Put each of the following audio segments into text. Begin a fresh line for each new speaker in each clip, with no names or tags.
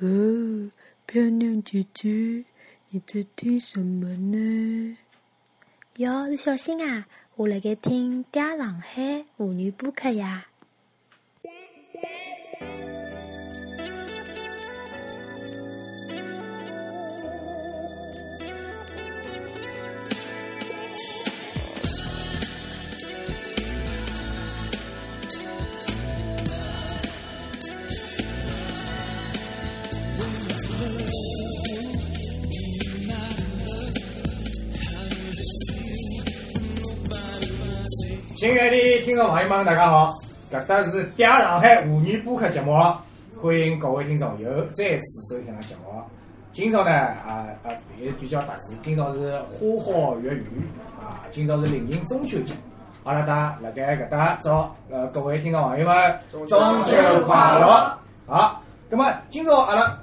哦，漂亮姐姐，你在听什么呢？
哟，你小心啊！我辣盖听《嗲上海妇女播客》呀。
亲爱的听众朋友们，大家好！搿搭是《嗲上海妇女播客》节目，欢迎各位听众又再次收听阿拉节目。今朝呢，啊啊，也比较特殊，今朝是花好月圆啊，今朝是临近中秋节，阿拉大辣盖搿搭祝呃各位听众朋友们中秋快乐！好，葛么今朝阿拉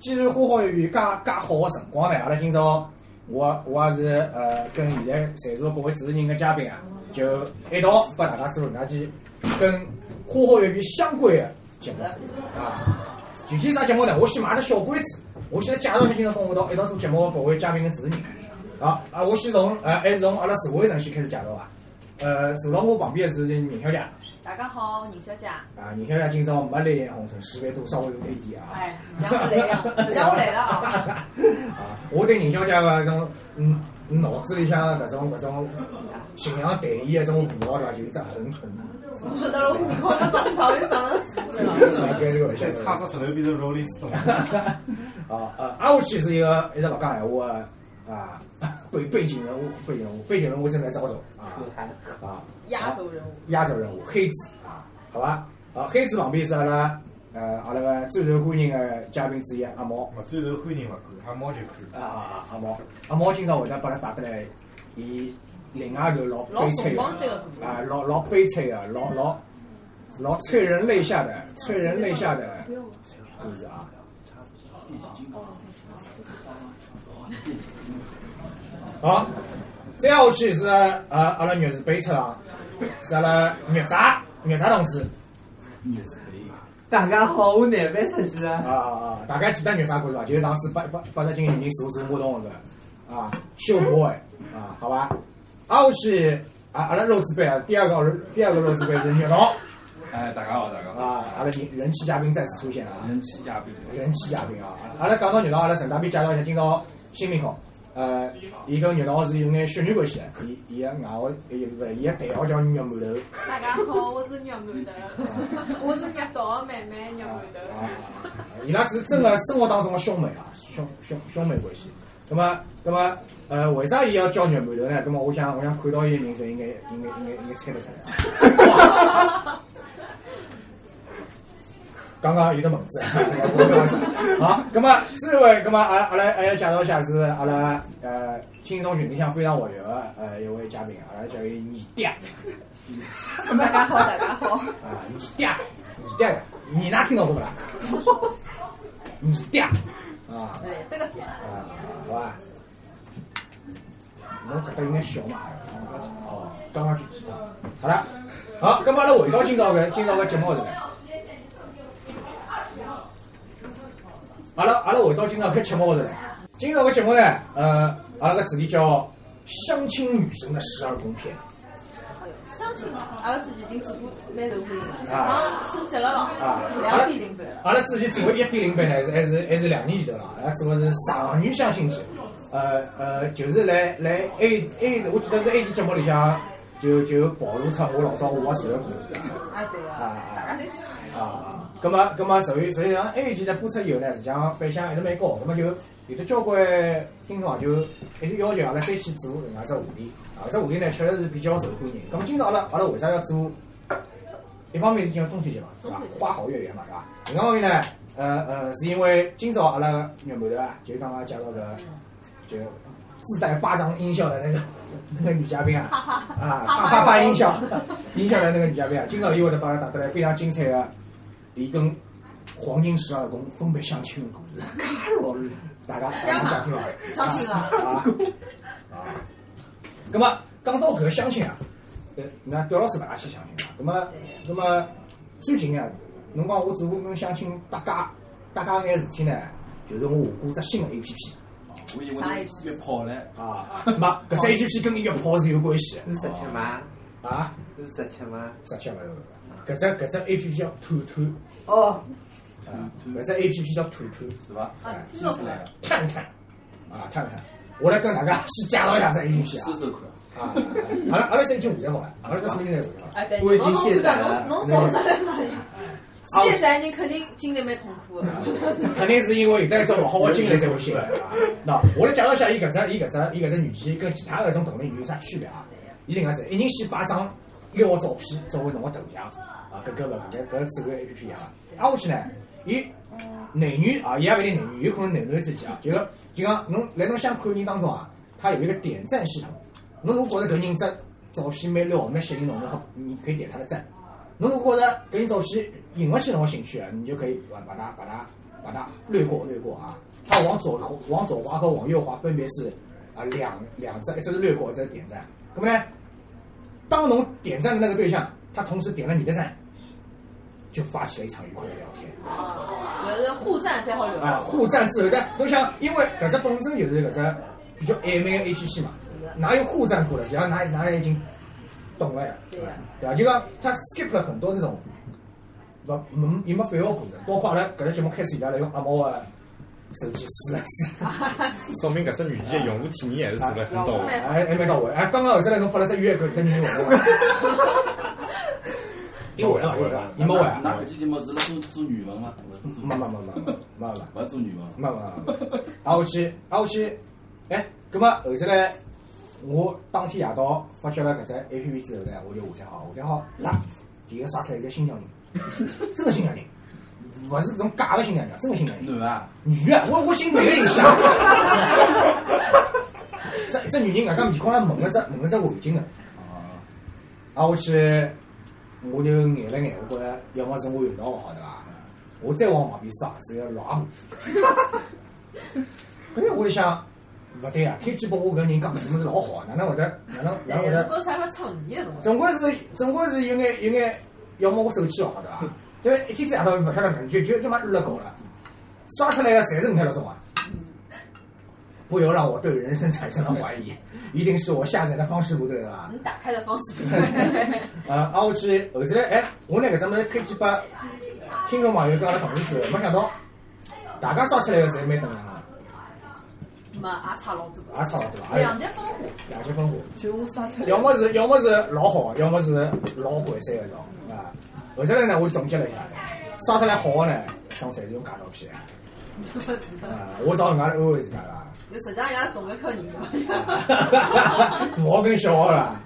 既然花好月圆，介介好个辰光呢，阿拉今朝我我也是呃跟现在在座各位主持人跟嘉宾啊，就一道帮大家做哪期跟花好月圆相关的节目啊。具体啥节目呢？我先买只小关子，我先来介绍一下今朝跟我一道一道做节目的各位嘉宾跟主持人。好啊，我先从呃还是从阿拉社会人先开始介绍啊。呃，坐到我旁边的是宁小姐
大家好，我是宁小姐。
啊，宁小姐今朝没来红尘，西北都稍微有点热啊。
哎，人家我来呀，人家我来了啊！
啊，我对宁小姐搿种嗯脑子里向搿种搿种形象代言搿种符号对伐，就是只红唇，
我说到了，我面孔上长长长
大概这个
而且他是石头变成 Rolling Stone，
啊呃，阿武奇是一个一直勿讲闲话的啊背背景人物，背景人物，背景人物正在招手啊啊
压轴人物。
压轴人物黑子啊，好伐？好，黑子旁边是阿拉呃阿拉个最受欢迎的嘉宾之一阿毛。
我最受欢迎勿看，还猫就看。
啊，阿毛，阿毛今朝回来帮咱带过来，伊另外一头老
老
悲催的，
崇光这个故事
啊，老老悲催的，老老老催人泪下的，催人泪下的故事啊。好，再下去是呃阿拉玉是悲催啊，是阿拉玉仔玉仔同志
大家好，我难办出去
啊
了。
啊啊！大家记得玉仔故事伐？就是上次八八八十斤人做做活动的时候啊，秀博哎啊，好吧。啊，我去啊，阿拉肉子杯啊，第二个第二个肉子杯是玉 龙
哎，大家好，大家好，
啊，阿拉人人气嘉宾再次出现了啊，
人气嘉宾，
人气嘉宾啊！阿拉讲到玉龙，阿拉顺带便介绍一下今朝新面孔。呃，伊跟玉龙是有眼血缘关系的，伊伊个外号，伊个伊个代号叫玉馒 头。
大家好，我是玉馒头，我是玉桃的妹妹玉馒
啊
头。，
伊拉是真个生活当中的兄妹啊，兄兄兄妹关系。那么，那么，呃，为啥伊要叫肉馒头呢？那么，我想，我想看到伊个名字，应该，应该，应该，应该猜得出来。刚刚有只蚊子，好，那么最后，那么阿阿拉还要介绍一下是阿拉呃听众群里向非常活跃的呃一位嘉宾，阿拉叫伊你爹
大家好，大家好。
啊，你爹，你爹，你哪听到过不啦？你爹啊，
对，这个点，
啊，好吧。侬搿搭应该小嘛？哦，啊刚刚去记得。好了，好，咁阿拉回到今朝个今朝个节目是来。阿拉阿拉回到今朝搿节目是来。今朝个节目呢，呃，阿拉个主题叫“相亲女神的十二宫篇
相亲阿拉自己已经做过蛮受欢迎了，
啊
然后升级了咯
啊，
两点零版”。了。
阿拉之前做个一点零版呢，还是还是还是两年前头了，阿拉做个是常女相亲记。呃呃，就是来来 A A，我记得是 A 期节目里向就就暴露出我老早我个十个故事啊。
啊，对啊，大家
啊
侪
啊，咁么咁么，所以所以讲 A 期呢播出以后呢，实际上反响还是蛮高，咁啊么就有的交关听众啊，就还是要求阿拉再去做另外一只话题，啊，搿只话题呢确实是比较受欢迎。咁么今朝阿拉阿拉为啥要做？一方面是讲中秋节嘛，是吧？花好月圆嘛，是吧？另外一方面呢，呃呃，是因为今朝阿拉月馒头啊，就是刚刚介绍个，
嗯
就自带巴掌音效的那个 那个女嘉宾啊，啊， 叭
哈哈
叭叭
哈
音效 音效的那个女嘉宾啊，今朝伊会得帮大家带来非常精彩的，伊跟黄金十二宫分别相亲的 故事，大家大家想听了，
相亲了
啊啊，那么讲到搿个相亲啊，呃，那刁老师勿大去相亲啊，那么那么最近啊，侬讲我做过跟相亲搭界大家眼事体呢，就是我下过只新的 A P P
我以为你约炮嘞，
啊，没搿只 A P P 跟伊个炮是有关系
是十七吗？
的啊，
是十七吗？
实际勿是搿只搿只 A P P 叫探探，
哦，
啊，搿只 A P P 叫探探，
是吧？
哎
啊听到过来，
探探，啊，探探，我来跟大家先介绍一下只 A P P 啊
试，试看。
啊，阿拉阿拉再进五十好了，阿拉搿三个人在五十好了，
哎，对，
我已经
侬侬
卸载
看
了
侬侬弄出来了，
现在人肯定经历蛮痛苦的。
肯定是因为有得一种勿好的经历才会信来啊。喏，我来介绍一下伊搿只伊搿只伊搿只软件跟其他搿种同类软件有啥区别啊？伊另外是一人先摆张一号照片作为侬个头像啊，搿个搿搿搿手个 A P P 啊，挨下去呢，伊男女啊，伊也勿一定男女，有可能男男之间啊，就是就讲侬来侬想看人当中啊，它有一个点赞系统，侬如果觉着搿人只照片蛮撩蛮吸引侬，侬好你可以点他的赞。侬如果觉着搿人照片引勿起侬个兴趣啊，你就可以把把它把它把它略过略过啊。它往左往左滑和往右滑分别是啊两两只，一只是略过，一只是点赞。那么呢，当侬点赞的那个对象，他同时点了你的赞，就发起了一场愉快的聊天。
就是互赞才好聊。
啊，互赞之后呢，侬想，因为搿只本身就是搿只比较暧昧的 A P P 嘛，哪有互赞过的？只要哪哪已经懂了呀，
对呀
对吧？就讲他 skip 了很多那种勿没也没必要过程，包括阿拉搿只节目开始以来，辣用阿毛个手机试了试，
说明搿只软件的用户体验还是做了很到
啊
位。
哎还没到位。哎，刚刚后头来侬发了只约搿只人回我， 因为回了，因为回了，你没回啊？
㑚搿期节目是辣做做语文吗？勿是做，
没没没没没没没。
勿是做语文。
没 没没，挨下啊去挨下去，哎，葛末后头来，我当天夜到发觉了搿只 A P P 之后呢，我就下载好，下载好，啦，第一个杀出来一个新疆人， 真个新疆人，勿是搿种假个新疆人，真个新疆人，
男啊，
女个，我我寻每个印象， 只一只女人外加面孔还蒙了只蒙了只啊围巾个，
哦，
挨下去，我就眼了眼，我觉着要么是我运道勿好对伐？我再往旁边撒是个老阿 婆。搿个我一想，勿对啊！天气拨我搿人讲搿物事老好，啊哪能会得？哪能哪能会
如
得？
果啥个创意的辰光，
总归是总归是有眼有眼，要么我手气勿好对伐？啊对伐？一天子夜到勿晓得哪能，就就就嘛日了狗了，刷出来个侪是五条种啊！不由让我对人生产生了怀疑，一定是我下载的方式不对吧？
你打开的方式 不
啊，挨下去后头来，哎，我拿搿只物事推荐拨听众朋友跟阿拉同事之后，没想到大家刷出来个侪蛮等量啊，
对，没也差老多。
也差勿多，也有
两极分化，
两极分化。
就我刷出
要么是要么是老好，要么是老毁三个种啊。后头来呢，我总结了一下，刷出来好的呢，上侪是用假照片啊。我找人家来安慰自家啦。
就实际上也是同一 票人嘛。
大学啊跟小学啦，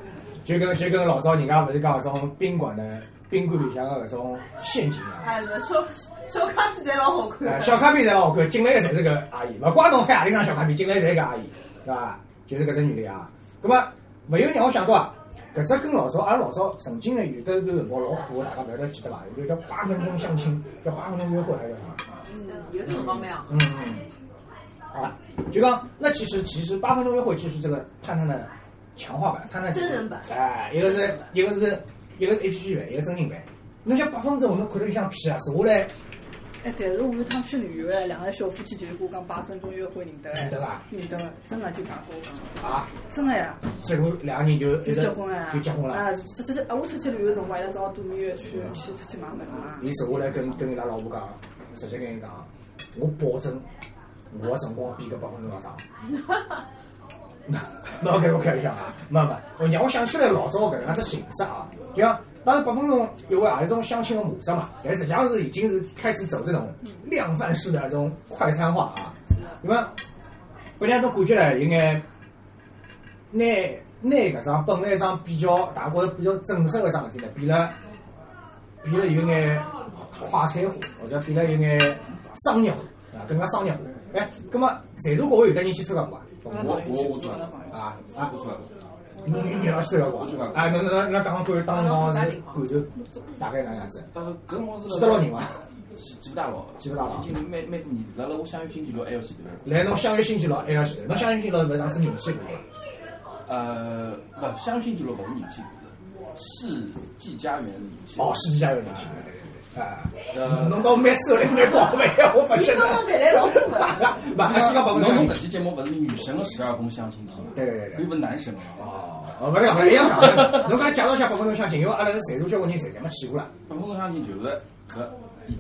就跟就跟老早人家勿是讲搿种宾馆的宾馆里向的搿种陷阱啊。
哎，是小小咖啡侪老好
呃
看，
小咖啡侪老好看，进来的侪是个阿姨，勿怪侬海里向小咖啡进来侪是个阿姨，对伐？就是搿只女的啊。葛末勿由让我想到啊，搿只跟老早阿拉老早曾经呢有得一段辰光老火，大家勿晓得记得伐？有个叫八分钟相亲，叫八分钟约会还是啥？
嗯，有的辰光蛮好。
嗯，啊，就讲那其实其实八分钟约会就是这个探探的强化版，探探
真人版
哎，一个是一个是一个是 A P P 版，一个真人版。侬像八分钟，侬看得像屁啊！坐下来
哎，但是我有趟去旅游哎，两个小夫妻就是跟我讲八分钟约会认得哎
对，伐？
认得真的就讲跟我讲，
啊，
真的呀，
最后两个人就
就结婚了，
就结婚了。嗯
啊，这这这，啊我出去旅游的辰光，伊拉正好对面去去出去买物事嘛，
伊坐下来跟跟伊拉老婆讲，直接跟伊讲，我保证我的辰光比搿八分钟要长。 那我开我开玩笑啊，没没，我让我想起来老早搿能介只形式啊，就像当然八分钟因为也是啊一种相亲的模式嘛，但实际上是已经是开始走这种量贩式的这种快餐化啊，那么本来种感觉呢，应该拿拿搿张本来一张比较大家觉着比较正式个张事体呢，变了。变得有眼快餐化，或者变得有眼商业化啊，更加商业化。哎，葛么，在座各位有的人去参加过伐？
我
我我我做
我的朋友
啊啊
我，做过。
你你老去参加过伐？啊，侬侬侬侬讲讲当当时感受大概哪样子？
呃，搿辰光是
记得牢人伐？
记记不大牢，
记不大牢
已经蛮蛮多年，辣辣我相约星期六还要前头。
来，侬相约星期六还要前头，侬相约星期六勿是上次人气过伐？
呃，勿，相约星期六勿是人气故事，是季家园人气。
啊哦，世纪佳缘人气过，对对对。啊，
呃，
侬倒蛮收敛蛮广泛，我
啊
不
伊分
晓得。
门别类老多的。
勿阿西个勿
侬侬
侬
搿期节目勿是女神的十二宫相亲记吗？
对对对
搿
对。
勿男神了。
哦，勿是勿一样讲，侬搿介绍一下八分钟相亲，因为阿拉是侪都交关人侪搿么去过了。
八分钟相亲就是搿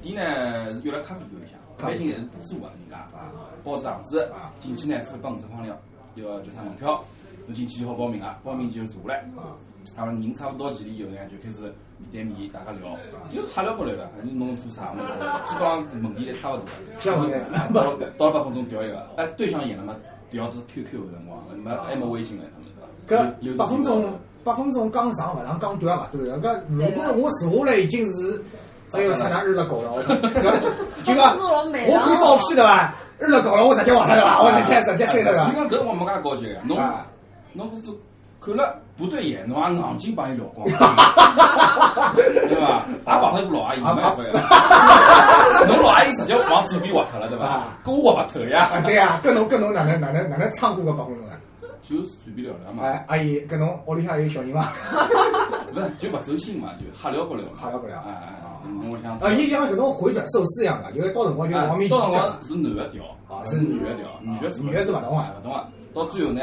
地点呢是约辣咖啡馆里向，
咖
一
啡
般性侪是自助个人家，包场子进去呢付一百五十块钿，一个决赛门票，侬进去就好报名啊了，报名就坐下来，然后人差不多到齐了以后呢，就开始面对面大家聊，啊就瞎聊不来了，反正侬做啥么子，基本上问题侪差不多。
这样子
啊到到了八分钟调一个，哎，对上眼了嘛，调是 QQ 的辰光，没还没微信嘞，他们是吧？有
搿八分钟，八分钟讲上勿上，讲短也勿短。搿如果我坐下来已经是，哎呦，出哪日了狗了，我操！搿就讲，我看照片对伐？日了狗了，我直接忘了对伐？我直接直接删了对
你
伐？
讲搿辰光没介高级个，侬
啊，
侬是看了不对眼，侬也硬劲帮伊聊 光，对伐？也碰到过老阿姨，蛮会个。 侬老阿姨直接往左边滑脱了，对伐
啊？
搿我滑勿脱
啊，
呀，
对啊，搿侬搿侬哪能哪能哪能撑过搿八分钟啊？
就随便聊聊嘛，
哎，阿姨，搿侬屋里向有小人伐？
嗯勿是就勿走心嘛，就瞎聊不了嘛，
瞎聊不了
哎哎，哎侬我想，
啊，伊像搿种回转寿司一样个，就是到辰光就
哎
往面
到
去
辰
讲。
光是男的调，
啊
是哎女的调，女的是
女的是勿动啊
勿懂啊。到最后呢，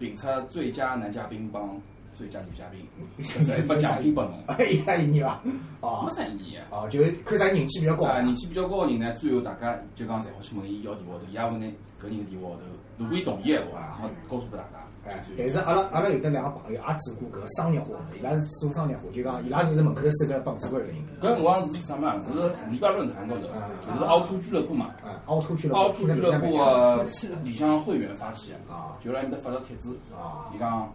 评出最佳男嘉宾帮最佳女嘉 宾，搿是一份奖品拨侬，
哎，有啥意义伐？
没
哦，
啥意义啊。
哦，就是看啥人气比较高。
啊，人气比较高个人呢，最后大家就讲侪好去问伊要电话号头，伊也会拿搿人的电话号头，如果伊同意的话，好告诉拨大家。
哎，
就
但是阿拉阿拉有的两个朋友也做过搿个商业化，伊拉是做商业化，就讲伊拉是门口头收个百五十块人民币，
搿我讲是啥嘛？是黎巴论坛高头，啊就是凹凸俱乐部嘛。
啊，凹凸俱乐
凹
部，
凸俱乐部啊个里向会员发起的，
啊
就辣埃面搭发条帖子，
啊
伊讲，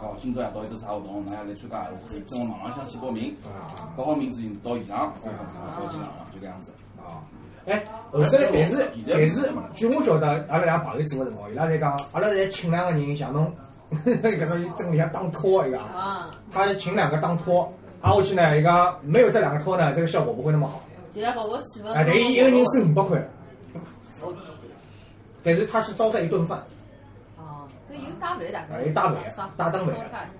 哦，今朝夜到有得啥活动，㑚要来参加，我可以跟我网浪向去报名，
啊
报好名之后到现场，我讲我进来了，就搿样子。
啊，哎，后头来，但是但是，据我晓得，阿拉两个朋友做个辰光，伊拉侪讲，阿拉侪请两个人像侬， 搿种正里向当托一个，
啊，
他请两个当托，挨下去呢，伊讲没有这两个托呢，这个效果不会那么好，
就来好好气氛。
哎，但伊一个人收五百块，但是他是招待一顿饭，
哦，搿有加饭大概。
哎加饭大灯饭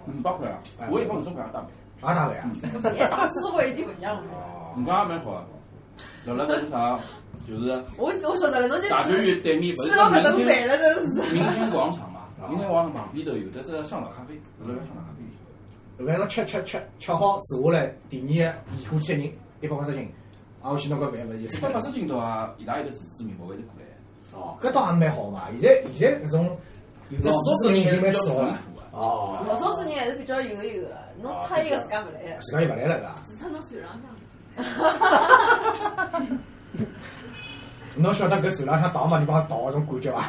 五百块啊，我一百五十块也打不
也大饭啊。
哎，打智慧已经勿一样了。
人家也蛮好啊， 聊了搿个啥，就是
我我晓得了，侬就
大剧院对面勿是
知道搿
明
能
天
办了，真是。
明天广场嘛，明天广场旁边头有得只香岛咖啡，辣辣香岛咖啡。
晚上吃吃吃吃好坐下来，第二个移过去的人一百八十斤，啊，我去弄个饭勿是
一百八十斤到啊，伊拉有得自知之明，勿会就过来。
哦，搿倒也蛮好嘛。现在现在搿种有的四十人已经蛮少了。哦，
老早子人还是比较有个有个，侬太一个自家勿来个。
自家又勿来了是吧？
除脱侬船浪向。
侬晓得搿船浪向倒嘛地方倒搿种感觉伐？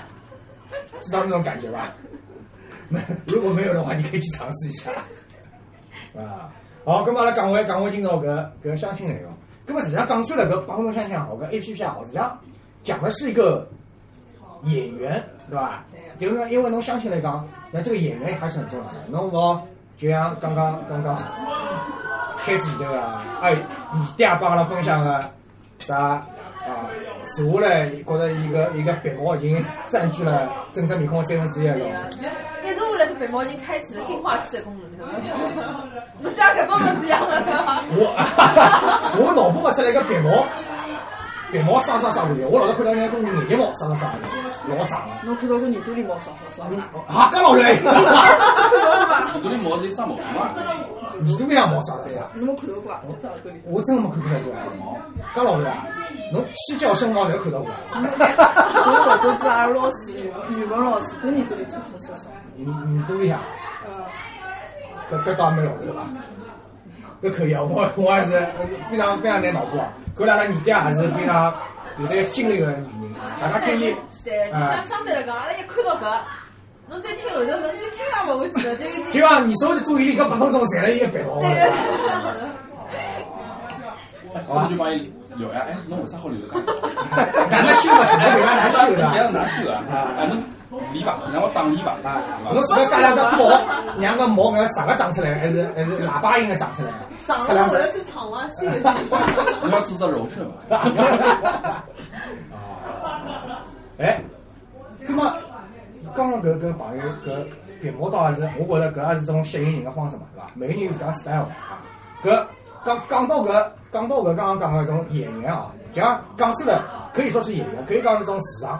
知道那种感觉伐？没， 如果没有的话，你可以去尝试一下。 啊，好，咁阿拉讲回讲回今朝搿搿相亲内容。咁么实际上讲穿了搿八分钟相亲也好，搿 A P P 也好，实际上讲的是一个演员，对伐？就是说因为侬相亲来讲，那这个演员还是很重要的。侬勿好就像刚刚刚刚开始这个哎，你爹帮阿拉分享个啥啊？坐下来觉得一个一个鼻毛已经占据了正常面孔三分之一
对
了。
啊呀，就一直下来，搿白毛人开启了净化器的功能，晓得伐？侬家搿种勿是一样的伐？
我 我脑补勿出来个鼻毛，鼻毛生生生回来，我老是看到人家公园眼睫毛生生生回来，老爽了。
侬看到过耳朵里毛少好少伐？
啊，搿老累，
耳朵里毛是一长毛嘛，
你都没样毛啥对呀？
侬没看到过啊？我真没看到过。
哦我真的没看到过啊毛，搿老累啊！侬七叫声毛侪看到过啊？
我老早子阿拉老师，语文老师，都耳朵里真真少少。
你你都一样，
嗯，
搿搿倒没老对伐？搿可以啊，我我还是非常非常难脑补啊。搿两个女的还是非常有点经历的女人，大家可以呃
对，相相对来讲，阿拉一看到搿，侬再听后头问，就听也勿会记得，就有点
就像你所有的注意力搿八分钟侪辣伊个鼻毛高头。
我就帮伊聊呀，哎，侬为啥好留个
哪能修嘛？只能给他拿修
你
的。
要哪修啊？啊，侬理吧，让我打理吧，
啊，
对
侬
吧？
除了加两只毛，两个毛搿个啥个长出来，还是还是喇叭音个长出来？
上
出
了
两
我要
只。
去躺啊，休息一下。
侬要做只柔顺嘛。
哦哎，那么刚刚搿搿朋友搿鼻毛倒也是，我觉着搿也是种吸引人的方式嘛，对伐？每个人有自家 style 嘛啊。搿讲讲到搿讲到搿刚刚讲的这种演员啊，就像讲出来可以说是演员，可以讲是一种时尚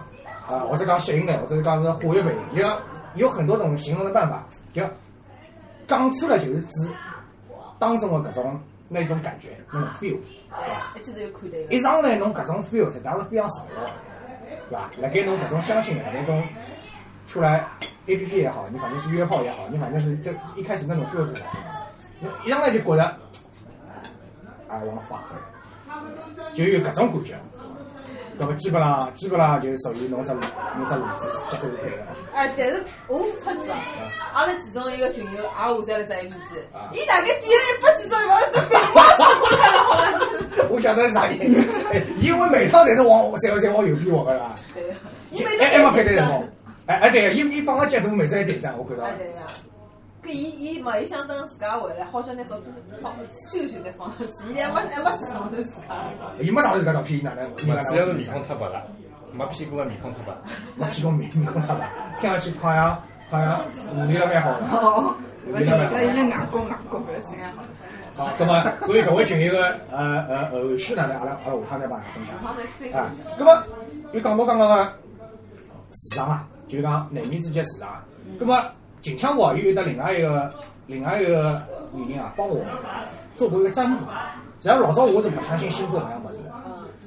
啊，或者讲谐音梗，或者讲是化学反应，就像有很多种形容的办法，就像讲出来就是指当中的搿种那种感觉，那种 feel。
一记头就看对了。
一上来侬搿种 feel 实际上是非常少的，对伐？辣盖侬搿种相亲的那种出来 A P P 也好，你反正是约炮也好，你反正是这一开始那种 feel 是少的，侬一上来就觉得哎，我发了，就有搿种感觉。搿么基本上基本上就属于侬只路侬只路子节奏是对的。
哎，但是我出去了，阿拉其中一个群友也下载了这 A P P，伊大概点了一百几张，然后就被我冲过来了，好像是。
我晓得是 啥原因，哎因为每趟侪是往侪侪往右边往个啦。
对，伊每次
哎哎，没别的辰光，哎哎对，伊伊放个节奏每只一点赞，我觉
哎
着。
对呀，搿伊伊嘛，伊想等自家回来，好叫拿照片放修修再放上去，现在没还没试弄到自家。
伊没找到自家照片，哪能？
没主要是面孔太白了，没屁股的面孔太白。
没提供面孔他吧？听上去好像好像努力了蛮好的。
哦，
我
我就
就觉
觉得
得伊
伊是外国外国搿种样。
好，那么关于搿位群友的呃呃后续呢，阿拉阿拉下趟再帮大家分享。
然后呢，再
啊，咁么又讲到刚刚个市场啊，就讲男女之间市场啊。咁么近腔话又有得另外一个另外一个女人啊，帮我做过一个占卜。实际上老早我是不相信星座搿样物事的，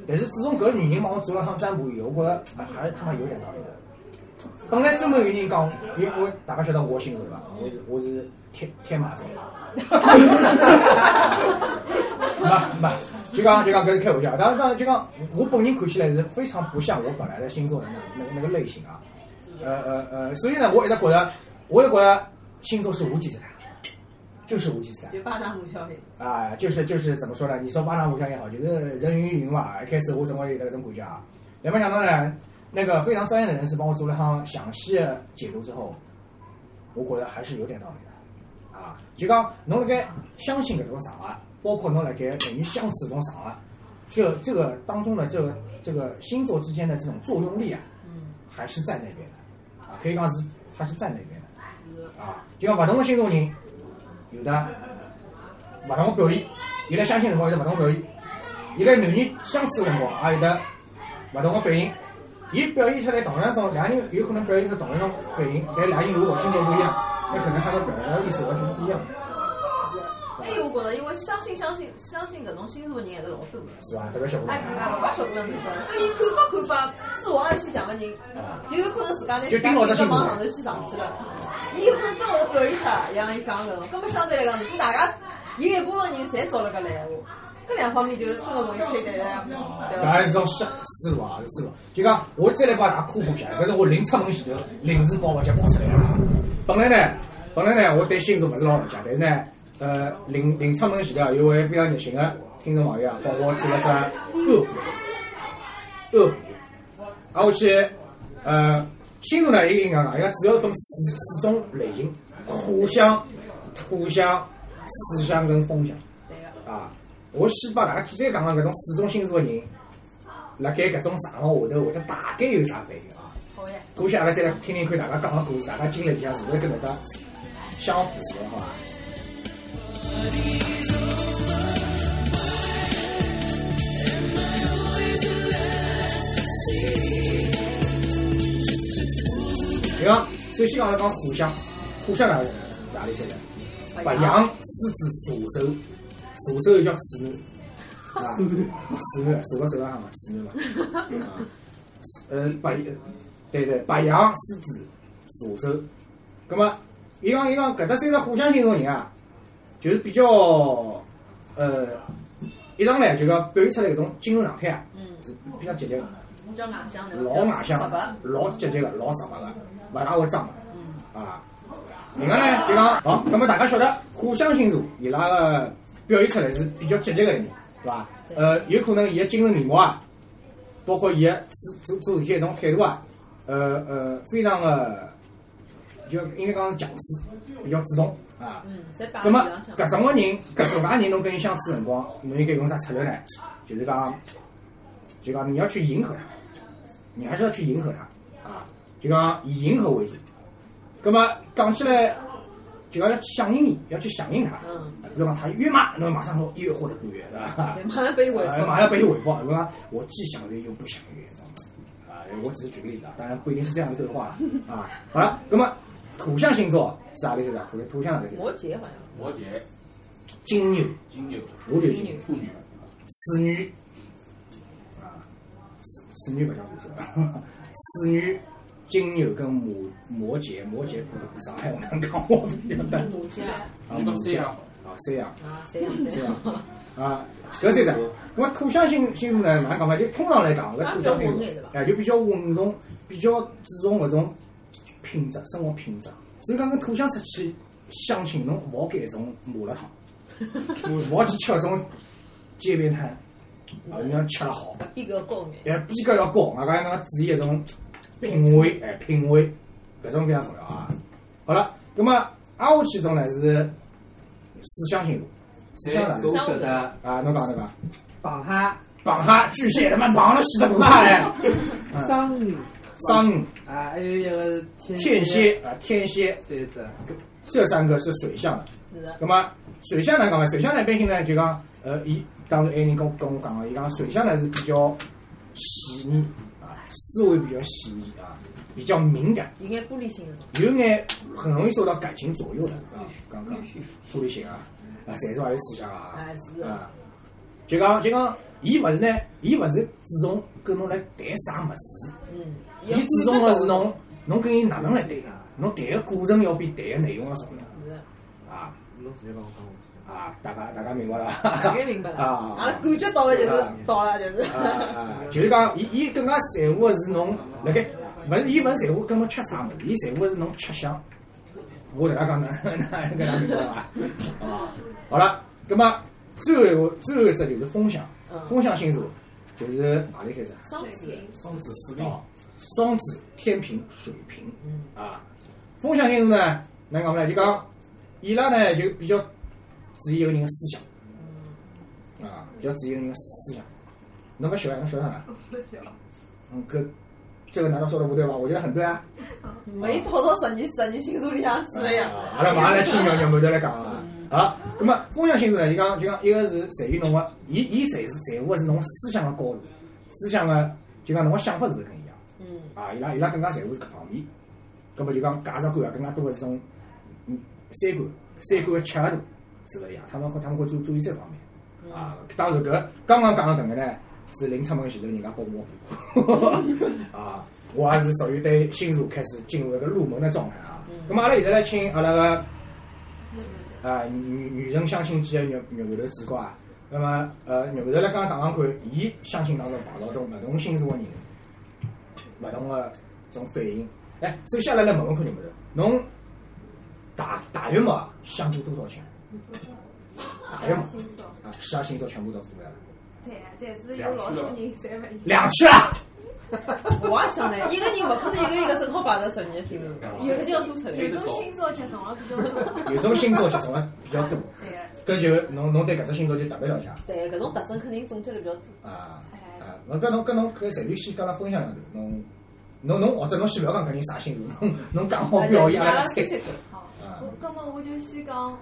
但是自从搿个女人帮我做了趟占卜以后，我觉着啊还是他妈有点道理的。本来专门有人讲，因为我大家晓得我星座伐？我是我是天天马座。 没没，就讲就讲搿是开玩笑，当然当然就讲我本人看起来是非常不像我本来的星座的那那那个类型啊，呃呃呃，所以呢，我一直觉得，我也觉得星座是无稽之谈，就是无稽之谈。
就巴拿姆效应。
啊，就是就是怎么说呢？你说巴拿五香也好，就是人云亦云嘛。一开始我总会有那种感觉啊，也没想到呢，那个非常专业的人士帮我做了趟详细的解读之后，我觉得还是有点道理的啊。就讲侬辣盖相信搿种场合，包括侬辣盖男女相处搿种场合，这这个当中的这个这个星座之间的这种作用力啊，还是在那边的啊，可以讲是它是在那边的啊。就讲勿同的星座人，有的。勿同个表现，有的相亲辰光有的勿同个表现，有的男女相处的辰光也有的勿同个反应。伊表现出来同样种，两人有可能表现出同样种反应，但两人如果性格不一样，那可能他们表达的意思完全是不一样的，
还有哎我觉着，因为相信相信相信搿种星座人还是老多的。
是吧？特别小姑
哎，
娘，
哎，勿怪小姑娘男小人，搿伊看法看法，自我暗示强个人，就有可能自家拿
就
自
盯
家
牢这
性
星
格
座
往上头去上去了，伊有可能真会得表现出来，像伊讲搿种。搿么相对来讲，如果大家有一部分人侪着了搿类闲话，搿两方面就真个容易配对了，对
搿
伐？
也是种思思路啊，思路。就讲我再来帮大家科普一下，搿是我临出门前头临时抱佛脚跑出来的啊。本来呢，本来呢，我对星座勿是老了解，但是呢，呃，临临出门前头啊有位非常热心的听众朋友啊，帮我做了只恶补，恶补。啊，我去，呃，星座呢，伊搿能讲，伊讲主要分四四种类型：火象、土象、水象跟风象。
对个。
啊，我先帮大家简单讲讲搿种四种星座的人，辣盖搿种场合下头会得大概有啥反应啊？
好呀，
过去阿拉再来听听看大家讲个故事，大家经历里向是勿是跟搿搭相符的，好伐？就讲，首先讲阿拉讲火象，火象哪里哪里出来？白羊、狮子、射手，射手又叫处女，啊，处女，射个手浪向嘛，处女嘛，啊，呃，白，对对，白羊、狮子、射手，咁么，伊讲伊讲搿搭三个火象星座人啊，就是比较，呃，一上来就讲表现出来搿种精神状态啊，
嗯，
是比较积极个。
我叫外向的，
老外向
十八
的，，老积极的，老直白的，勿大会装
嗯
的啊。另外呢，就讲好，那么大家晓得火象星座伊拉个表现出来是比较积极的一面，是伐？呃，有可能伊个精神面貌啊，包括伊个做做做事体的一种态度啊，呃呃，非常的，就应该讲是强势，比较主动啊。
嗯，侪摆
那
辣
么
面浪向。
搿种个人，搿种介人，侬跟伊相处辰光，侬应该用啥策略呢？就是讲，就讲你要去迎合他，你还是要去迎合他啊。就讲以迎合为主。葛么讲起来，就要响应你，要去响应他。
嗯，
比如讲他越骂，那么马上说越或者不越，是吧？
对，马上被回
呃
复。
马上被回复，对吧？我既想约又不想约，这样子啊、我只是举个例子啊，当然不一定是这样的对话啊。好了，那么土象星座是哪个星座？土土象哪个星座？
摩羯好像，
摩羯、
金牛、
金牛、
摩羯金
金牛、
处女、
处女啊，处处女不叫土象，处女、金牛跟摩摩羯，摩羯土上海话能讲我不晓得
摩羯啊，
啊，
你讲三样好
啊，这样。
谁呀谁呀？
啊，搿是这样。咁啊，土象星星座呢，哪能讲法？就通常来讲，搿土象星座
啊比较稳定对伐，
哎，就比较稳重，比较注重搿种品质，生活品质。所以讲，跟土象出去相亲，侬勿好搿种麻辣 烫，勿好去吃搿种街边摊，啊，你要吃了好，
啊，逼格高眼，
也逼格要高，外加侬注意搿种品味，哎，品味搿种非常重要啊。好了，咁啊，挨下去种呢是四象星座，四象
侪
呢
都晓得哦
啊，侬讲对伐？
螃蟹、
绑哈巨蟹他妈绑了死的不怕嘞，嗯
章鱼
三五
啊，还有一个天
天蝎啊天蝎
对只，
这三个是水象的，
是的，
那么水象呢讲嘛，水象呢一般性呢就讲呃伊当时有人跟我跟我讲啊，伊讲水象呢是比较细腻啊，思维比较细腻啊，比较敏感，
有眼玻璃心的，
有眼很容易受到感情左右的啊，刚刚玻璃心啊啊，侪是还有水象啊。
啊是的，
啊，就讲就讲，伊勿是呢，伊勿是注重跟侬来谈啥物事，
嗯，
伊注重的是侬侬跟伊哪
哎
能来谈，侬谈个过程要比谈个内容要重要
是的，
啊
侬直接帮我讲
啊！大家大家明白了
大
吧？
概明白了，
啊
阿拉感觉到了就是到了就是，
啊啊！就是讲，伊伊更加在乎的是侬辣盖，勿是伊勿是在乎跟侬吃啥物事，伊在乎的是侬吃相。我大家讲呢， 哪能搿能明白伐？啊，好了，葛么最后一个最后一只就是风象，
嗯
风象星座就是何里三只？
双子，
双子、四
啊，双子、天平、水瓶，啊，风象星座呢，那讲么呢？就讲伊拉呢就比较注意一个人的思想，啊，比较注意一个人的思想。侬搿晓得，侬晓得哪？
不晓得
嗯，搿这个难道说的不对吗？我觉得很对啊。
没跑到十二十二星座里向去了呀，
阿拉马上来听鸟鸟妹头来讲啊。啊，那么风象星座呢，就讲就讲一个是在于侬个，伊伊在是在乎的是侬思想的高度，思想的就讲侬个想法是不是跟伊一样？
嗯，
啊，伊拉伊拉更加在乎是搿方面，搿么就讲价值观啊，更加多的是种嗯三观，三观的契合度是勿一啊样，他们会他们会注注意这方面啊。当然搿刚刚讲的搿个呢，是临出门前头人家帮我 啊，我也是属于对星座开始进入一个入门的状态啊。咁么阿拉现在来请阿拉个啊女女人相亲记的肉肉头主角啊，那么呃肉头来刚刚讲讲看，伊相亲当中碰到种勿同星座的人。勿同个种啊反应。哎，首先阿拉来问问看侬们头，侬大大约嘛啊相过多少钱？大约嘛
相星座，
啊，十二星座全部都覆盖了，
对，但是有老多人侪勿一样。
两啊去了。
我也想呢，一个人勿可能一个一个正好摆在十二星座，有肯定要多出来，
有种星座吃重了比较多，
有种星座集中了比较多，
对
搿
个，
就侬侬对搿只星座就特别了解
对，搿种特征肯定总结了比较多，
啊
哎，
啊！侬搿侬搿侬搿随便先跟阿拉分享两头，侬侬侬或哦者侬先勿要讲搿人啥星座， 侬侬讲好表演阿
阿
拉
拉
猜
猜。猜看，
好
啊，
我那么我就先讲，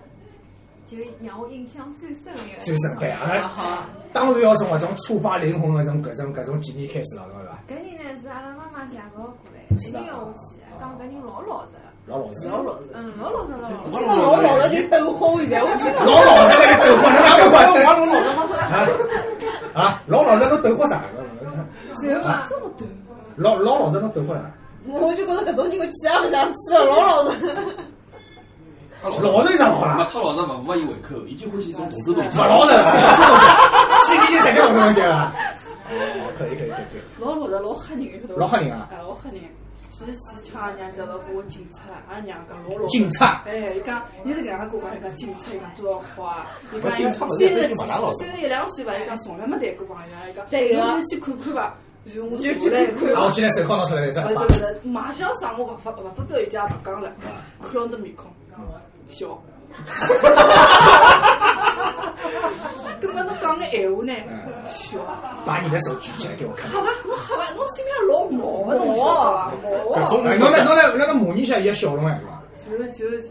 就让我印象最深的一个
最
星
神
座
对，阿拉
好啊，
当然要从搿种触发灵魂搿种搿种搿种纪念开始了，对伐？
搿人呢是阿拉妈妈介绍过来的，一定要下去，讲搿人老老实，
老老实，
老老实，
嗯，老老实老老实。
听到老老实就抖好现在，我听到
老老实那个抖货，哪个管？啊啊！老老实侬抖货啥？
然后嘛，
老老老实侬抖货啥？
我就觉得搿种人我去也勿想去了，老 老实。
他
老实有啥好
那
啦？
他老实勿无以为口，伊就欢喜这种动手动
不
脚。
老实，心里才搿种东西啊！哦，可以可以可以可以，
老老实老吓人，晓得伐？
老吓人啊！
哎，老吓人。其实前抢阿啊娘介绍给我警察，阿娘讲我老
警察
哎，伊讲伊是搿样跟我讲，伊讲警察伊讲多少好啊，伊
我
讲伊
警
讲
察
三
不
十
是
几
对你蛮大老实
三十一两岁伐，伊讲从来没谈过朋友，伊讲
对个
侬就去看看伐，然后我
就
就过
去看
来
看
看
啊，我今天手铐拿出来一只，
勿是勿是，马相啥我勿发勿发表意见也勿讲了，看牢只面孔，笑。咁么侬讲个闲话呢？笑，
把你的手举起来给我看。
吓伐？我吓伐？侬心里老毛
啊
个，侬晓得伐？毛
侬来侬来侬来模拟一下伊个笑容哎，
就是就是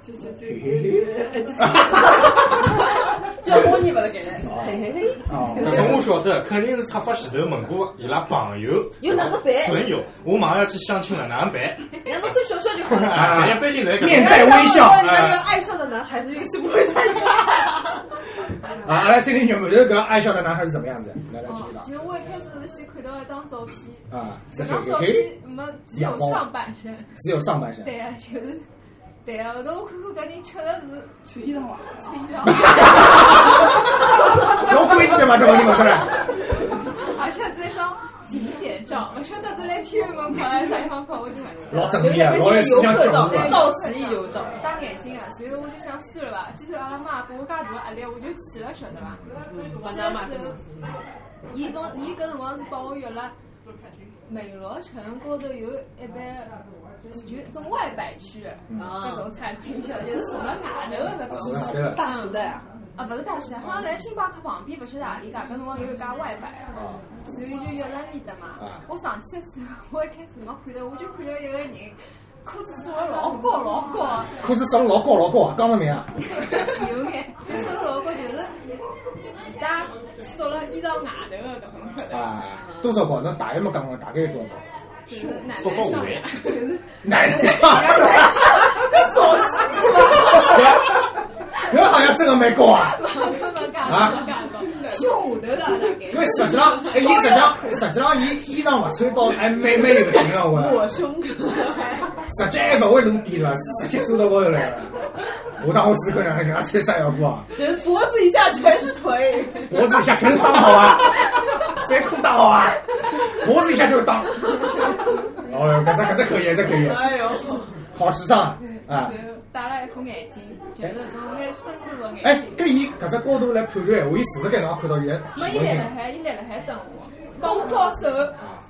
就就就就就
叫我你勿辣盖，嘿 嘿嘿，
哦，
搿种我晓得，肯定是出发前头问过伊拉朋友、
有哪能办？
损友，我马上要去相亲了，哪能办？
让侬多笑笑就好了。
啊，人家毕竟来搿
面
种
带微笑
让那个爱上的男孩子运气不会太差。
啊，阿拉这里有没有个爱笑的男孩是怎么样子？来来，继续
哦，其实我一开始是先看到一张照片，
讲啊，是
这
嘿
张
嘿
照
嘿，
片没只有上半身，
只有上半身。
对啊，就是，对啊，后头我看看搿人确实
穿衣裳嘛，
是穿衣裳，
老规矩的嘛，这问题问出来。
而且是一张景点照，勿晓得是来天安门拍还是啥地方拍，我就勿记得
老
了。
正
就
面，
那
老
些
有
游
思想
客
角
照哎
度啊，。
到此一游照。
戴眼镜啊，所以我就想算了吧，既然阿拉妈给我介大的压力，我就去了，晓得伐？
帮咱买
去了之后，伊帮伊搿辰光是帮我约了美罗城高头有一爿就一种外摆区搿种餐厅，晓得就是坐辣外头的搿
是啊，
种。
对了，
大时代啊，
啊，勿是大西，好像来星巴克旁边，勿晓得何里家，搿辰光有一家外摆啊。
啊，
所以就约了面的嘛。我上去之后，我一开始没看到，我就看到一个人裤子做了老高老高。
裤子上老高老高啊，讲了没啊？
有眼，就收了老高，就是其他收了衣裳外头的搿种，
啊，多少高？侬大概没讲过，大概有多少高？
就是奶奶上来，就是
奶奶上，
搿扫兴嘛！
搿好像真的蛮高啊。
搿么讲搿么讲，胸下头的大
因
概
为。实际上，哎，伊实际上，实际上，伊衣裳勿穿到还蛮蛮有型的，我
抹胸，
实际还勿会露底对伐？直接坐到高头来了。我当我是个人，人家穿啥要过啊？
就是 脖子以下全是腿，
脖子一下全是裆好 啊，谁裤裆好啊？脖子一下就是裆。哦哟，搿只搿只可以，搿只可以，
哎呦，
好时尚啊！啊，
戴了一副眼镜，就是那种蛮深度的
哎
眼镜。，
搿伊搿只高度来判断闲话，伊是勿是该能看到伊的
没，伊
形
来
象
了？海，伊来了海等我，帮我招手，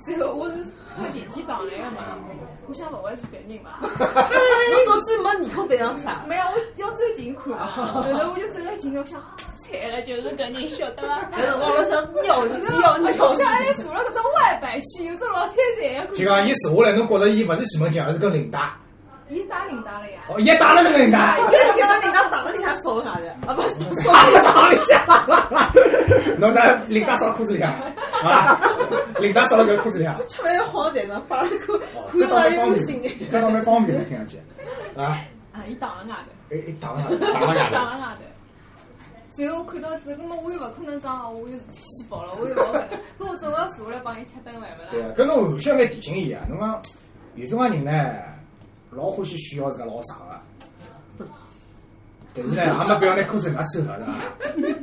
然后我是坐电梯上来的嘛，我想勿会是搿人吧？
哎侬总之没面孔对上啥。
没有，我要走近看嘛，后头我就走了近，我想惨了，就是搿人晓得伐？
有辰光老想尿尿
而且我
尿，
像阿拉坐了搿种外摆区，有种老太太的
就讲
感
伊
觉。
坐下来，侬觉着伊勿是前门镜，而是根领带。
伊啥领带了呀？
哦，伊也戴了这个 领带。
搿是搿个领导打了里向扫啥的，啊不是扫
打了打了一下，侬在领带烧裤子里向啊？领带烧了个裤子里向，啊哦
吃饭要晃在那发了个看
搿
到
倒蛮
哪里
方
都
便
行，
搿倒蛮方便的，听上去啊，
啊，伊打了外头，
哎哎，打了
打了外头
打了外头。所以我看到之后，葛末我又勿可能讲哦我有事体先跑了，我又勿搿 能，搿我总要坐下来帮伊吃顿饭勿
对
啦？
啊，搿侬含蓄眼提醒伊啊，侬讲有种介人呢，老欢喜炫耀自家老爽个，但 是呢，也没必要拿裤子人家穿好对伐？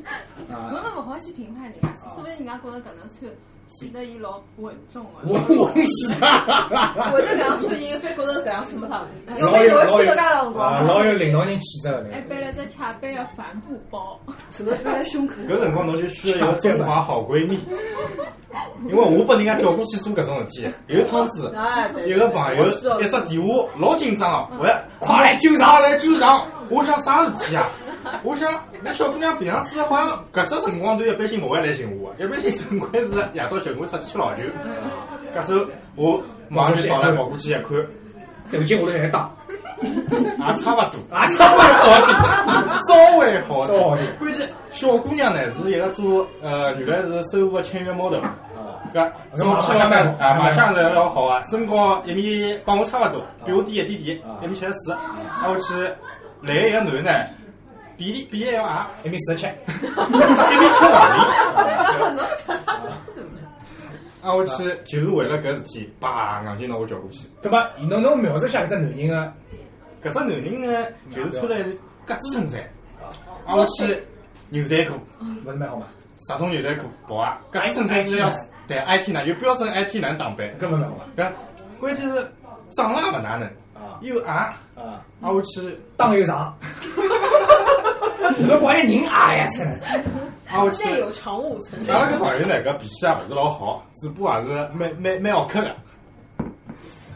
侬
啊，
侬勿好去评判人家，说不定人家觉着搿能穿显得伊老稳重个。
我我是啊，
我就搿样穿人，反觉着搿样穿没啥问题。要
老
没
有
我哎
老有
穿到介辰
啊，
光，
老有领导人气质个
还
呢。
背了只卡背个帆布包，
什么穿在胸口？
搿辰光侬就需要一个中华好闺蜜，因为我拨人家叫过去做搿种事体，有一趟子。
哎对，
一个朋友
我知
啊
道
一只电话老紧张啊，喂，快来救场，来救场！我想啥事体啊？我想那小姑娘平常子好像搿只辰光段一般性勿会来寻我啊，一般性辰光是夜到寻我出去吃老酒。搿时候我马上就跑来跑过去一看，
头巾下头还打，
也差勿多。
啊，操！稍
稍微好
微好点
点。关键小姑娘呢是一个做呃，原来是收付签约 model，搿
啊
从
马
去
上来
到三
了
啊，马上来老好啊，身高一米，帮我差勿多，比我低一点点
啊，
一米七十四。挨下去来一个男呢，比例比例啊 要矮，
一米四十七，
一米七五
侬擦擦擦，
挨下去就是为了搿事体，叭硬劲拿我叫过去。
那么侬侬描述下搿只男人啊个
搿只男人呢，就是穿了一件格子衬衫，挨下去牛仔裤。
勿是蛮好嘛？
啥种牛仔裤、薄啊，搿身材是要死对 IT 男，有标准 IT 男打扮，
搿勿蛮好嘛？
搿关键是长了也勿哪能，
啊
又矮，
啊，
挨下去，
当又 长，侬怪人矮呀，真的。
挨下
内
去。
有常务存
阿
在。
拉搿朋友呢，搿脾气也勿是老好，嘴巴也是蛮蛮蛮好客个。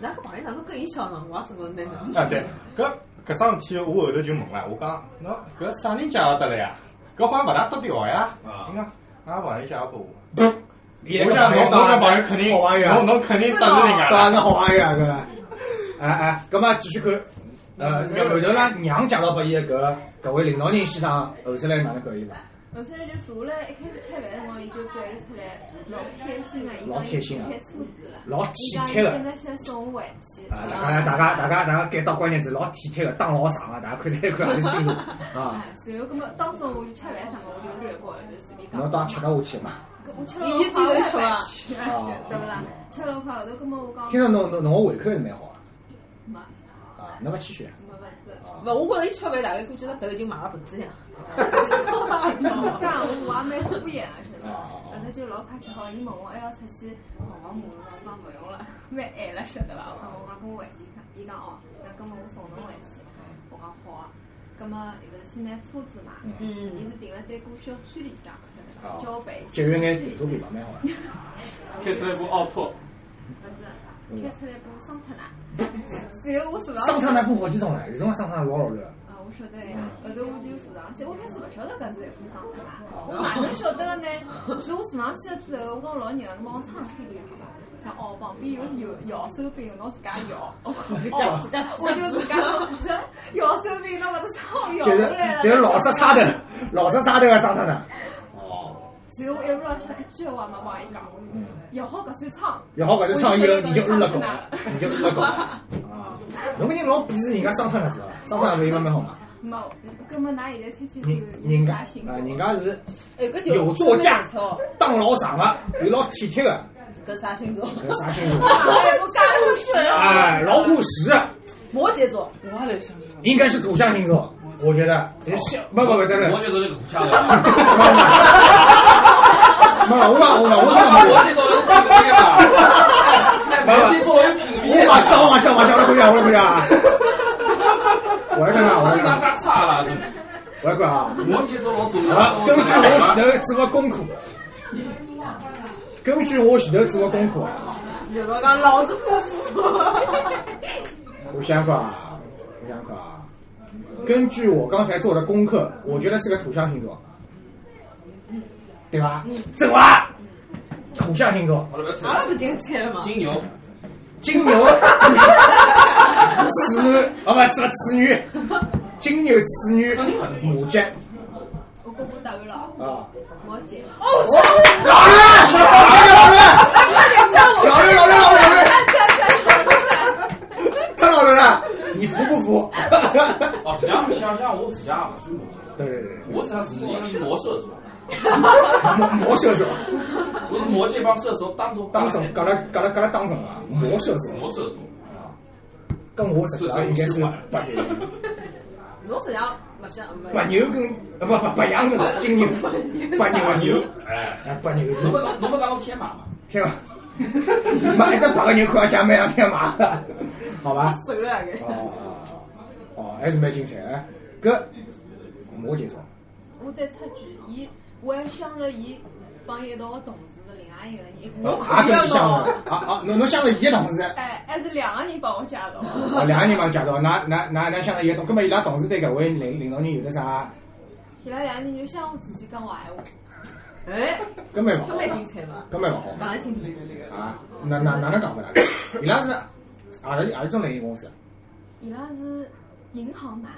哪个朋友哪能跟伊相呢？我也真个蛮能。
啊，对，搿搿桩事体我后头就问了，我讲侬搿啥人介绍得来呀？搿好像勿大搭调呀。
啊
伊讲阿拉朋友介绍拨我。
我
我想侬侬搿朋友肯定，
好朋友啊
侬，侬肯定得罪人家
当
了。
然好朋友啊，搿个。哎哎，搿么继续看，呃，那后头啦，娘介绍拨伊个搿搿位领导人先生，后头来哪能搿伊伐？
后头来就坐下来，一开始吃饭的辰光，伊就表现出来老贴心的，伊
老
讲
贴
伊
心
体
啊
贴车子了，
老
伊
体
讲伊
贴
现
个。
在先送我回去。
啊，大家大家大家大家 get 到关键词，老体贴个，当老长啊个，大家看来看很清楚啊。
哎，然后葛末当时我就吃饭啥么，我就略过了，就随便讲。
侬当吃得下去嘛？
搿我吃了
你
一
一记头吃伐
吃，对勿啦？吃了块后头，葛末我讲
听到侬侬侬个胃口还是蛮好
没
个啊，侬勿气血啊？
没问题。
勿，我觉着伊吃饭大概估计他头已经买了盆子了。
哦哦哦？
但我还蛮敷衍啊，晓得伐后头就老快吃好，伊问我还要出去逛逛马路，我讲勿用了，蛮晚了，晓得伐？我讲我讲跟我回去，伊讲哦，那葛末我送侬回去，我讲好啊。葛末伊勿是去拿车子嘛，
嗯
伊是停辣对过小区里向，晓得伐？交陪
节约眼电车费嘛，蛮好个。
开出来部奥拓，
勿是，开出来给我送脱啦。然后我坐
商
上去
场，那部好几种唻，有辰光商场老老乱的。
啊，我晓得呀。后头我就坐上去，我开始勿晓得搿是一部桑塔纳，我哪能晓得个呢？是我坐上去了之后，我讲老热，侬帮我撑开点好伐？然后哦，旁边有摇摇手柄，侬自家摇。哦，我就自家摇手柄，侬勿是撑摇
就
下
是
来啊了。
就是老只插头，老只插头个商场呢。
然后我一路浪向一句话没帮伊讲，
嗯，
摇好搿扇窗。
然后搿只唱以后，你就饿了狗
了，
你就饿了狗啊！侬搿人老鄙视人家商场个是伐？商场勿应该蛮好嘛？
没，葛末㑚现在猜猜看
人
有
人
啥
家
新
啊，
歌？
人家是
哎，搿就
有座驾
真的不错，
当老长个，有老体贴个，
搿啥星座？
搿啥星座？
哎，我讲故事。
哎，老务实的，
摩羯座，
我也来想想。
应该是土象星座，我觉得。这是不不不，等等
我，觉得这个不像的。
没有我把我把我
我
把
我
我
这做人品味嘛，那我这做人品味
我马上我马上我马上我来回答我来回答啊！我来看看我来
心
看看
脏太差了，真的。
我来看啊！
摩羯座老主
好了，根据我前头做个功课，根据我前头做个功课啊。
就是说讲老子不服。
我想法，啊，我想法，啊，根据我刚才做的功课，我觉得是个土象星座，对吧？怎么啊？土象星座，
我这边
阿拉不经猜了吗？
金牛，
金牛， 处女，哦不，这个处女，金牛、处女、母羯
我公布答案了，
啊。
摩羯。
老人，老人，老人，老人，老人，老人，老人，看老人了，你服不服？
哦，实际上想想我自家也不算摩 羯，
对对对，
我实际上是应该是摩羯座，
魔魔射手。
我是摩羯帮射手当中
当中，搿拉搿拉搿拉当中啊，魔射手，
摩羯座，
跟我实际上应该是白牛，
侬实际上勿想勿
白牛跟呃不不白羊跟金牛，白牛白牛，
哎，
哎白牛
侬不
座，
能侬不当我天马嘛？
天吧， 买一个白个牛快要像麦羊天啊马了，好吧？
手了搿
哦。哦哦哦，还是蛮精彩哎，搿摩羯座，
我再插句，伊我还想着伊帮伊一道同事的另外一个人，
侬
我
看
也跟是
见
相
了
的，啊啊，侬侬相了伊个同事，
哎还是两个人帮我介绍。
哦两个人嘛介绍，㑚㑚㑚㑚相了伊个同，葛末伊拉同事对搿位领领导人有得啥？
伊拉两个人就向我之间讲坏话，
哎，
搿蛮勿
搿
好，
蛮精彩嘛！
搿蛮勿好。
讲来听听这个。
啊，哪哪哪能讲法啦？伊拉是阿拉阿拉种类型公司，
伊拉是银行嘛，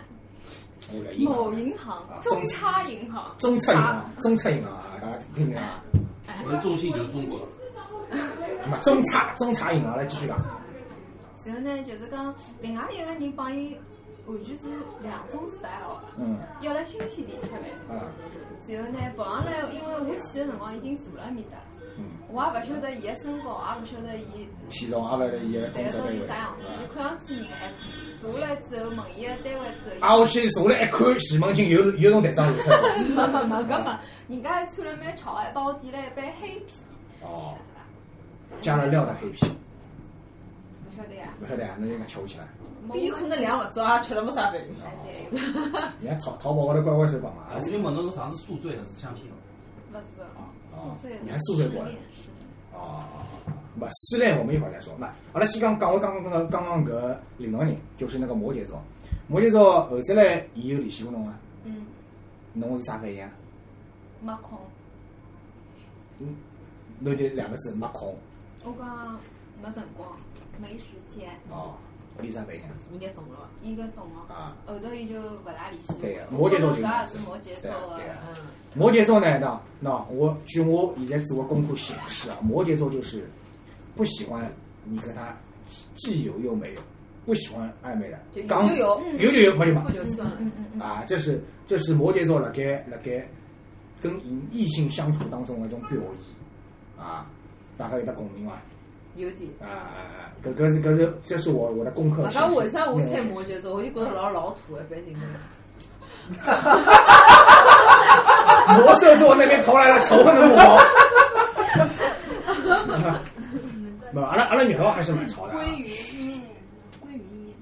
我来银
某
行、
哦银行，中差银行。
中策银行、中策银行啊，大家听听啊。
我的重心就是中国，
那么中差中差银行，阿拉继续讲。
然后呢，就是讲另外一个人帮伊完全是两种 style，
嗯
要来新天地吃饭。
啊
然后呢，跑上来，因为我去的辰光已经坐辣埃面搭，
嗯，
我也勿晓得伊个身高，也啊勿晓得伊
体重阿拉的伊个工
对，
作
到
单
底
位
啥。样子？就看上去人还坐下来之后，问伊个单位之
啊，
后，
我去坐了一看，前门庆有有种队长露出来了。
没没没， 搿没，人家还穿了蛮潮，还帮我点了一杯黑啤，
哦，加了料的黑皮，
勿晓得呀？
不晓得啊，侬应该吃下去了。
搿有可能量勿足啊，吃了没啥饭。
哎对，
你看淘淘宝高头乖乖手帮忙
啊，。因为侬上次宿醉还是相亲
勿是哦，
哦
对，
你还宿舍过
失
来
恋？失恋
哦，不，失恋我们一会儿再说。那阿拉先讲讲我刚刚刚刚刚搿领导人，就是那个摩羯座。摩羯座后头来，伊有联系过侬啊？
嗯，
侬是啥反应啊？
没空。
嗯，侬就两个字没空。
我讲没辰光，没时间，
哦，李三白讲，
应该懂了吧？
应该懂
啊
了。后头伊就勿大联系我。
对呀摩羯座就
搿也是摩羯座
对啊呀
的。
嗯，
摩羯座呢，那那我据我现在做的功课显示啊，摩羯座就是不喜欢你跟他既有又没有，不喜欢暧昧的
就，
刚
有就有，
有就有，没就没
不就算了。
嗯嗯嗯。
啊，这是这是摩羯座辣盖辣盖跟异性相处当中的一种表现啊，大家有得共鸣伐？
有点。
啊啊啊！搿搿是搿是这是我我的功课
勿
显
讲
示。
为啥我猜
内容
摩羯座，我就觉着老老土一般性格。
魔兽座那边投来了仇恨的目光。没有，阿拉阿拉月老还是蛮潮的、啊。
鲑鱼面，鲑鱼面。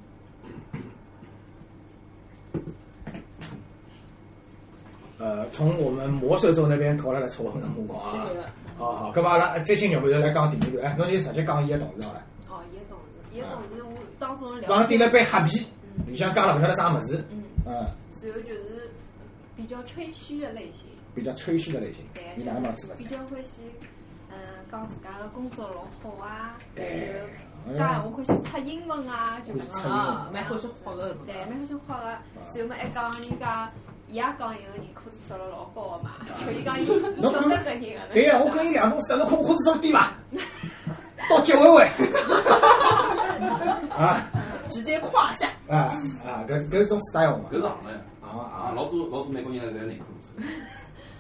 呃，从我们魔兽座那边投来了仇恨的目光啊
对的。
好好，搿么阿拉再请肉回头来讲第二段，哎，侬就直接讲伊个啊同事好了。
哦，伊个同事，伊个
啊
同事我当中聊。
早上点了杯黑啤，里向加了勿晓得啥物事，
嗯，
嗯，
然后就是比较吹嘘的类型，
比较吹嘘的类型
对，，
伊
就
哪能嘛子
是比较欢喜，嗯，讲自家的工作老好啊，
对
然后讲闲话欢喜出英文啊，就搿能啊，
啊，蛮欢喜豁个。
对，蛮欢喜花个，然后么还讲人家。伊也讲有个人工资收入老 高个嘛，就伊讲伊伊晓得搿人啊个。
哎对呀，我跟伊两种色，侬看我裤子稍微低伐？到结尾位。啊
直接胯下。
啊啊！搿搿种 style 嘛
搿，是行的
啊啊
啊，！老多老多美国人侪是内裤子，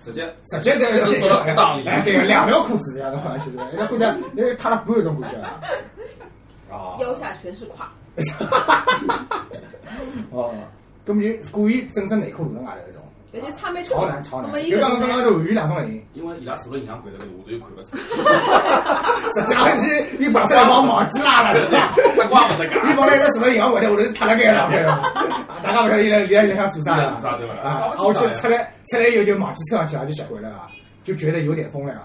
直接
直接在
都走到档里
哎，对，两条裤子一样的关系是吧？哎那裤子，那塌了半种感觉 啊。啊
腰下全是胯，
哦，根本就故意整只内裤露在外头一种，
感觉差蛮
潮男潮
那么
男，
一
就
个
刚刚刚刚
人，
是完全两种类型，
因为伊拉坐了银行柜头里，我都看勿出。
实际上是你把这个往网子拉了，是吧？
他怪勿得
你
噶，
把那个什么银行回来，我都是塌了盖了，对吧？大家不晓得伊来伊来想做啥
伊来做啥对吧
啊，而且出来出来以后就忘记穿上去了，就习惯了啊，就觉得有点风凉。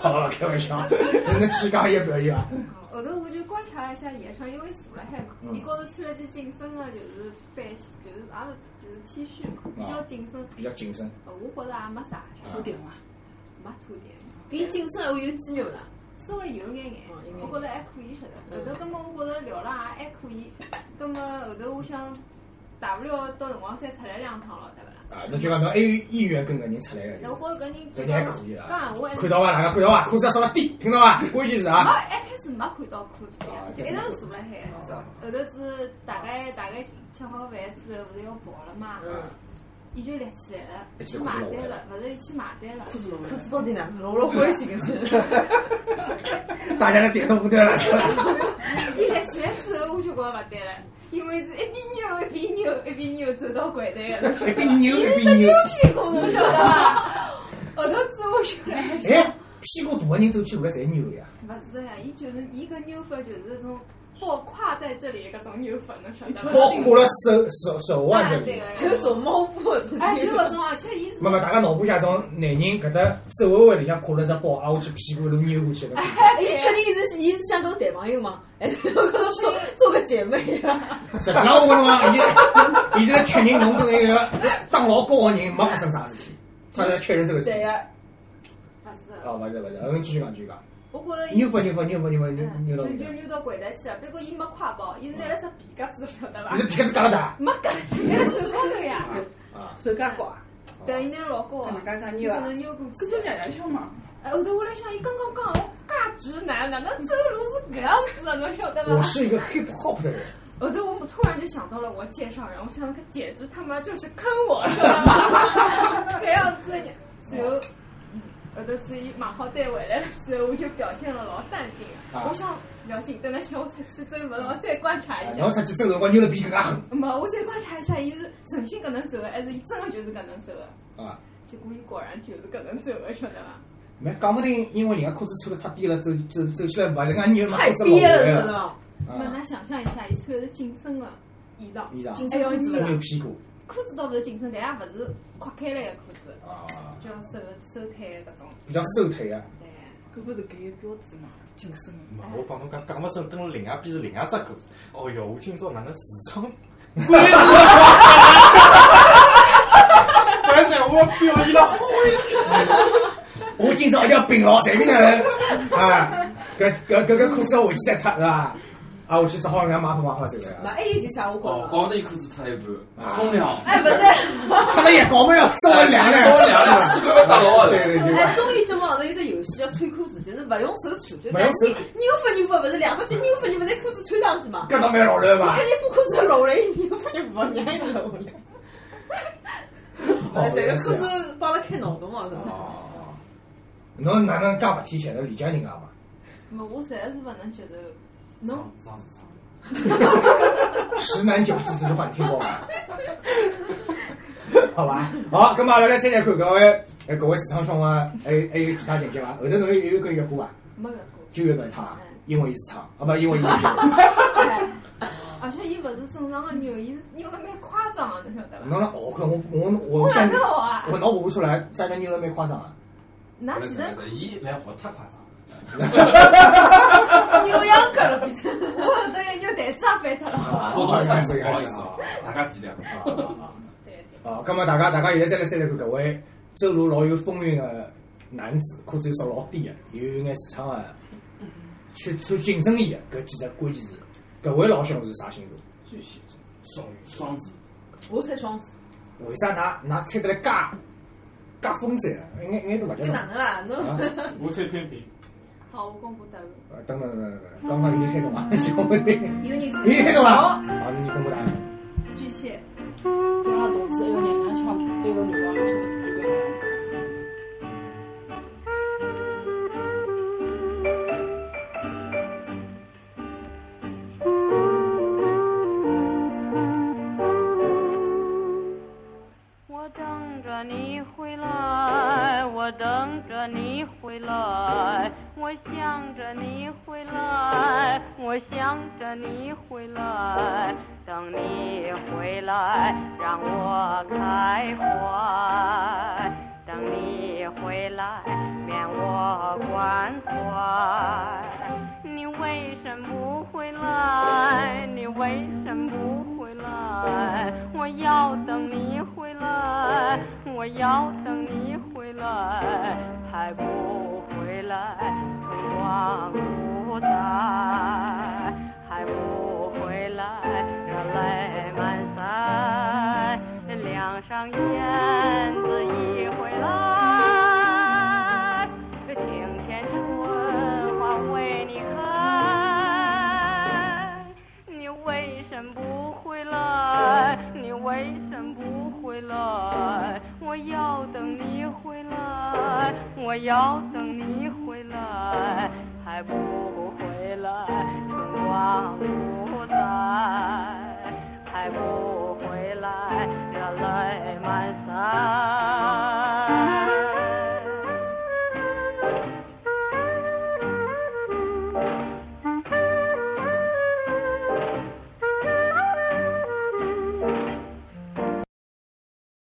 好了，开玩笑，那去讲也表演啊。
后头我就观察了一下伊的穿，因为坐了海嘛，
嗯
伊高头穿了件紧身个，就是背，就是也就是 T 恤
嗯
嘛，比较紧身。
比较谨慎。
呃，我觉着也没啥，
吐点伐？
嗯
没吐点，
给进身后有肌肉了，
稍微有眼眼
哦
嗯有，眼
我觉着还可以晓
嗯
得。后头，葛末我觉着聊了也还可以，葛末后头我想，大不了到辰光再出来两趟咯，对勿啦？
啊，那就讲侬还有意愿跟搿人出来
那我
个，
觉
搿
着搿人
人
就
还可以
讲
啊。
闲话还是
看到伐？大家看到伐？裤子稍微低，听到伐？关键是
没
啊，
一哦哎开始没看到裤子呀，就一直坐辣海。后头是大概大概吃好饭之后，勿是要跑了嘛？伊就嗯立起来了，去买单了，勿是去买单了。
裤子弄了，裤子到底哪能了？我老欢喜搿种。
大家的点都不对了。
伊立起来之后，我就觉着勿对了，因为是一边扭一边扭一边扭走到柜台个，
一边扭一
只
边扭
扭，屁股，侬晓得伐？后头子我就来，
哎，屁股大的人走起路来侪扭呀。
勿是呀，伊就是伊搿扭法就是种抱胯在这里搿种扭法，侬晓得伐？
包括了手手手腕这
啊
里，
就走猫步，
哎，就搿种，而且伊是
那么大家脑补一下，种男人搿搭手腕腕里向挎了只包，挨下去屁股一路扭过去了。
哎，伊确定伊是伊是想跟我谈朋友吗？还是要 跟我做做个姐妹啊 呀？
实际上我跟啊侬讲，现在现在确认侬跟一个当老高的人没发生啥事体，他在确认这个事
对
情。
呀，
勿是。
哦，勿是勿是，嗯，继续讲继续讲，
我觉着伊
扭法扭法扭法扭法扭
嗯
扭
就
到
就
哪里
扭到柜台去了，不过伊没挎包，伊是拿了只皮夹子，晓得伐
你？的皮夹子夹了大
没夹，拿了手高头呀。
啊！
手介高啊，
对，伊拿了老高
搿
啊
能，介介牛
就可
啊，
能扭过
搿只
去。
娘娘腔嘛，
哎，后头我来想，伊刚刚讲我介直男，哪能走路是搿样子的，侬晓得伐
我？是一个 hip hop 的人，
后头我突然就想到了我介绍人，我想搿简直他妈就是坑我，晓得 伐？搿样子，然后。后头自己买好单回来了之后，我就表现了老淡定。
啊
我想了解，等那小我出去走路，我再观察一下。
然后出去走辰光扭得比更加狠
没，我再观察一下，伊是诚心搿能走的，还是伊真的就是搿能走的？
啊！
结果伊果然就是搿能走的，晓得伐？
没，讲不定因为人家裤子穿得太低了，走走走起来不人家扭嘛，
太
裤子
憋了，
老
是
回来
吧？
没，
啊
㑚想象一下，伊穿的是紧身的衣裳，
衣裳
紧
还
身
要
裤子
扭
啦
扭屁股
哎裤子倒勿是紧身，但也勿是垮开来的裤子，
啊，
就要收收腿的搿种。
比较瘦腿啊。
对，
搿勿是搿个标志嘛，紧身的。
没我帮侬讲，讲勿准跟了另外边是另外只狗。哦哟，我今朝哪能市场？关键我表现了好
我今朝一定要摒牢，随便哪能啊？搿搿搿个裤子回去再脱是吧？啊，我去只好人家买不买好这个
那
呀？
还有点啥我觉
哦，
着？
高头一口子出来一半，中粮，
哎，不是，
他们也搞不了，稍微凉
哎
凉，
稍微凉凉四块八刀啊
对对对。
哎，综艺节目上头有只游戏叫穿裤子，哎就是勿用手穿，就
勿用手
扭不扭不，勿是两只脚扭不扭不，拿裤子穿上去嘛？
搿倒蛮老卵嘛
哎，，你把裤子搂下来，扭不扭不，让伊搂下来。
啊
哎，这个裤子帮了开脑洞啊了，真的。
哦，侬哪能介勿体贴？能理解人啊家嘛？
没，我实在是不能接受。侬
上上市场。
十男九痔这句话你听过吗？ 好吧，好，咁啊嘛，阿拉来再来看搿位，哎，搿位市场上啊，还有还有其他情节伐？后头侬有有一个月过伐？
没搿过。
九月份一趟啊，因为伊市场，啊不， 因为伊
哎而且伊勿是正常的扭，伊是扭了蛮夸张的，侬晓得伐？
侬那我看我我 我
我哪
想
能好啊？
我脑补不出来，三个妞都没夸 张啊。
哪
不
记
是
得
不是，伊来活太夸张了。
扭秧歌了，变成。
我都要扭台子也翻脱了。
活动太不好意思
啊
啊，大家见谅。
对对。
好，哦咁么大家大家现在再来再来看搿位走路老有风韵的男子，裤子又稍老低的，有眼市场的，啊去穿紧身啊衣的，搿几只关键词。搿位老兄是啥星座？
巨蟹座，双双子，
我才双子，
为啥㑚㑚穿得来介介风散啊？一眼一眼都勿
搿
叫侬
哪能啦？
啊
侬？
我猜偏平，
好，我公布答案。
呃等等等等等，刚刚有人猜中 伐？小妹，
有人
有人猜中伐？
好
好，那你公布答案。
巨蟹，
跟阿拉同事一个娘娘腔，对个男朋友就就搿样子。
我等着你回来，我等着你回来，我想着你回来，我想着你回来，等你回来让我开怀，等你回来免我关怀。你为什么不回来？你为什么不回来？我要等你回来，我要等你回来，还不回来，春光不再，还不回来，热泪满腮，两上燕子一回来，庭前春花为你开。你为什么不回来？你为什么不回来？我要等你回来，我要等你回来，还不回来，春光不再，还不回来，热泪满腮。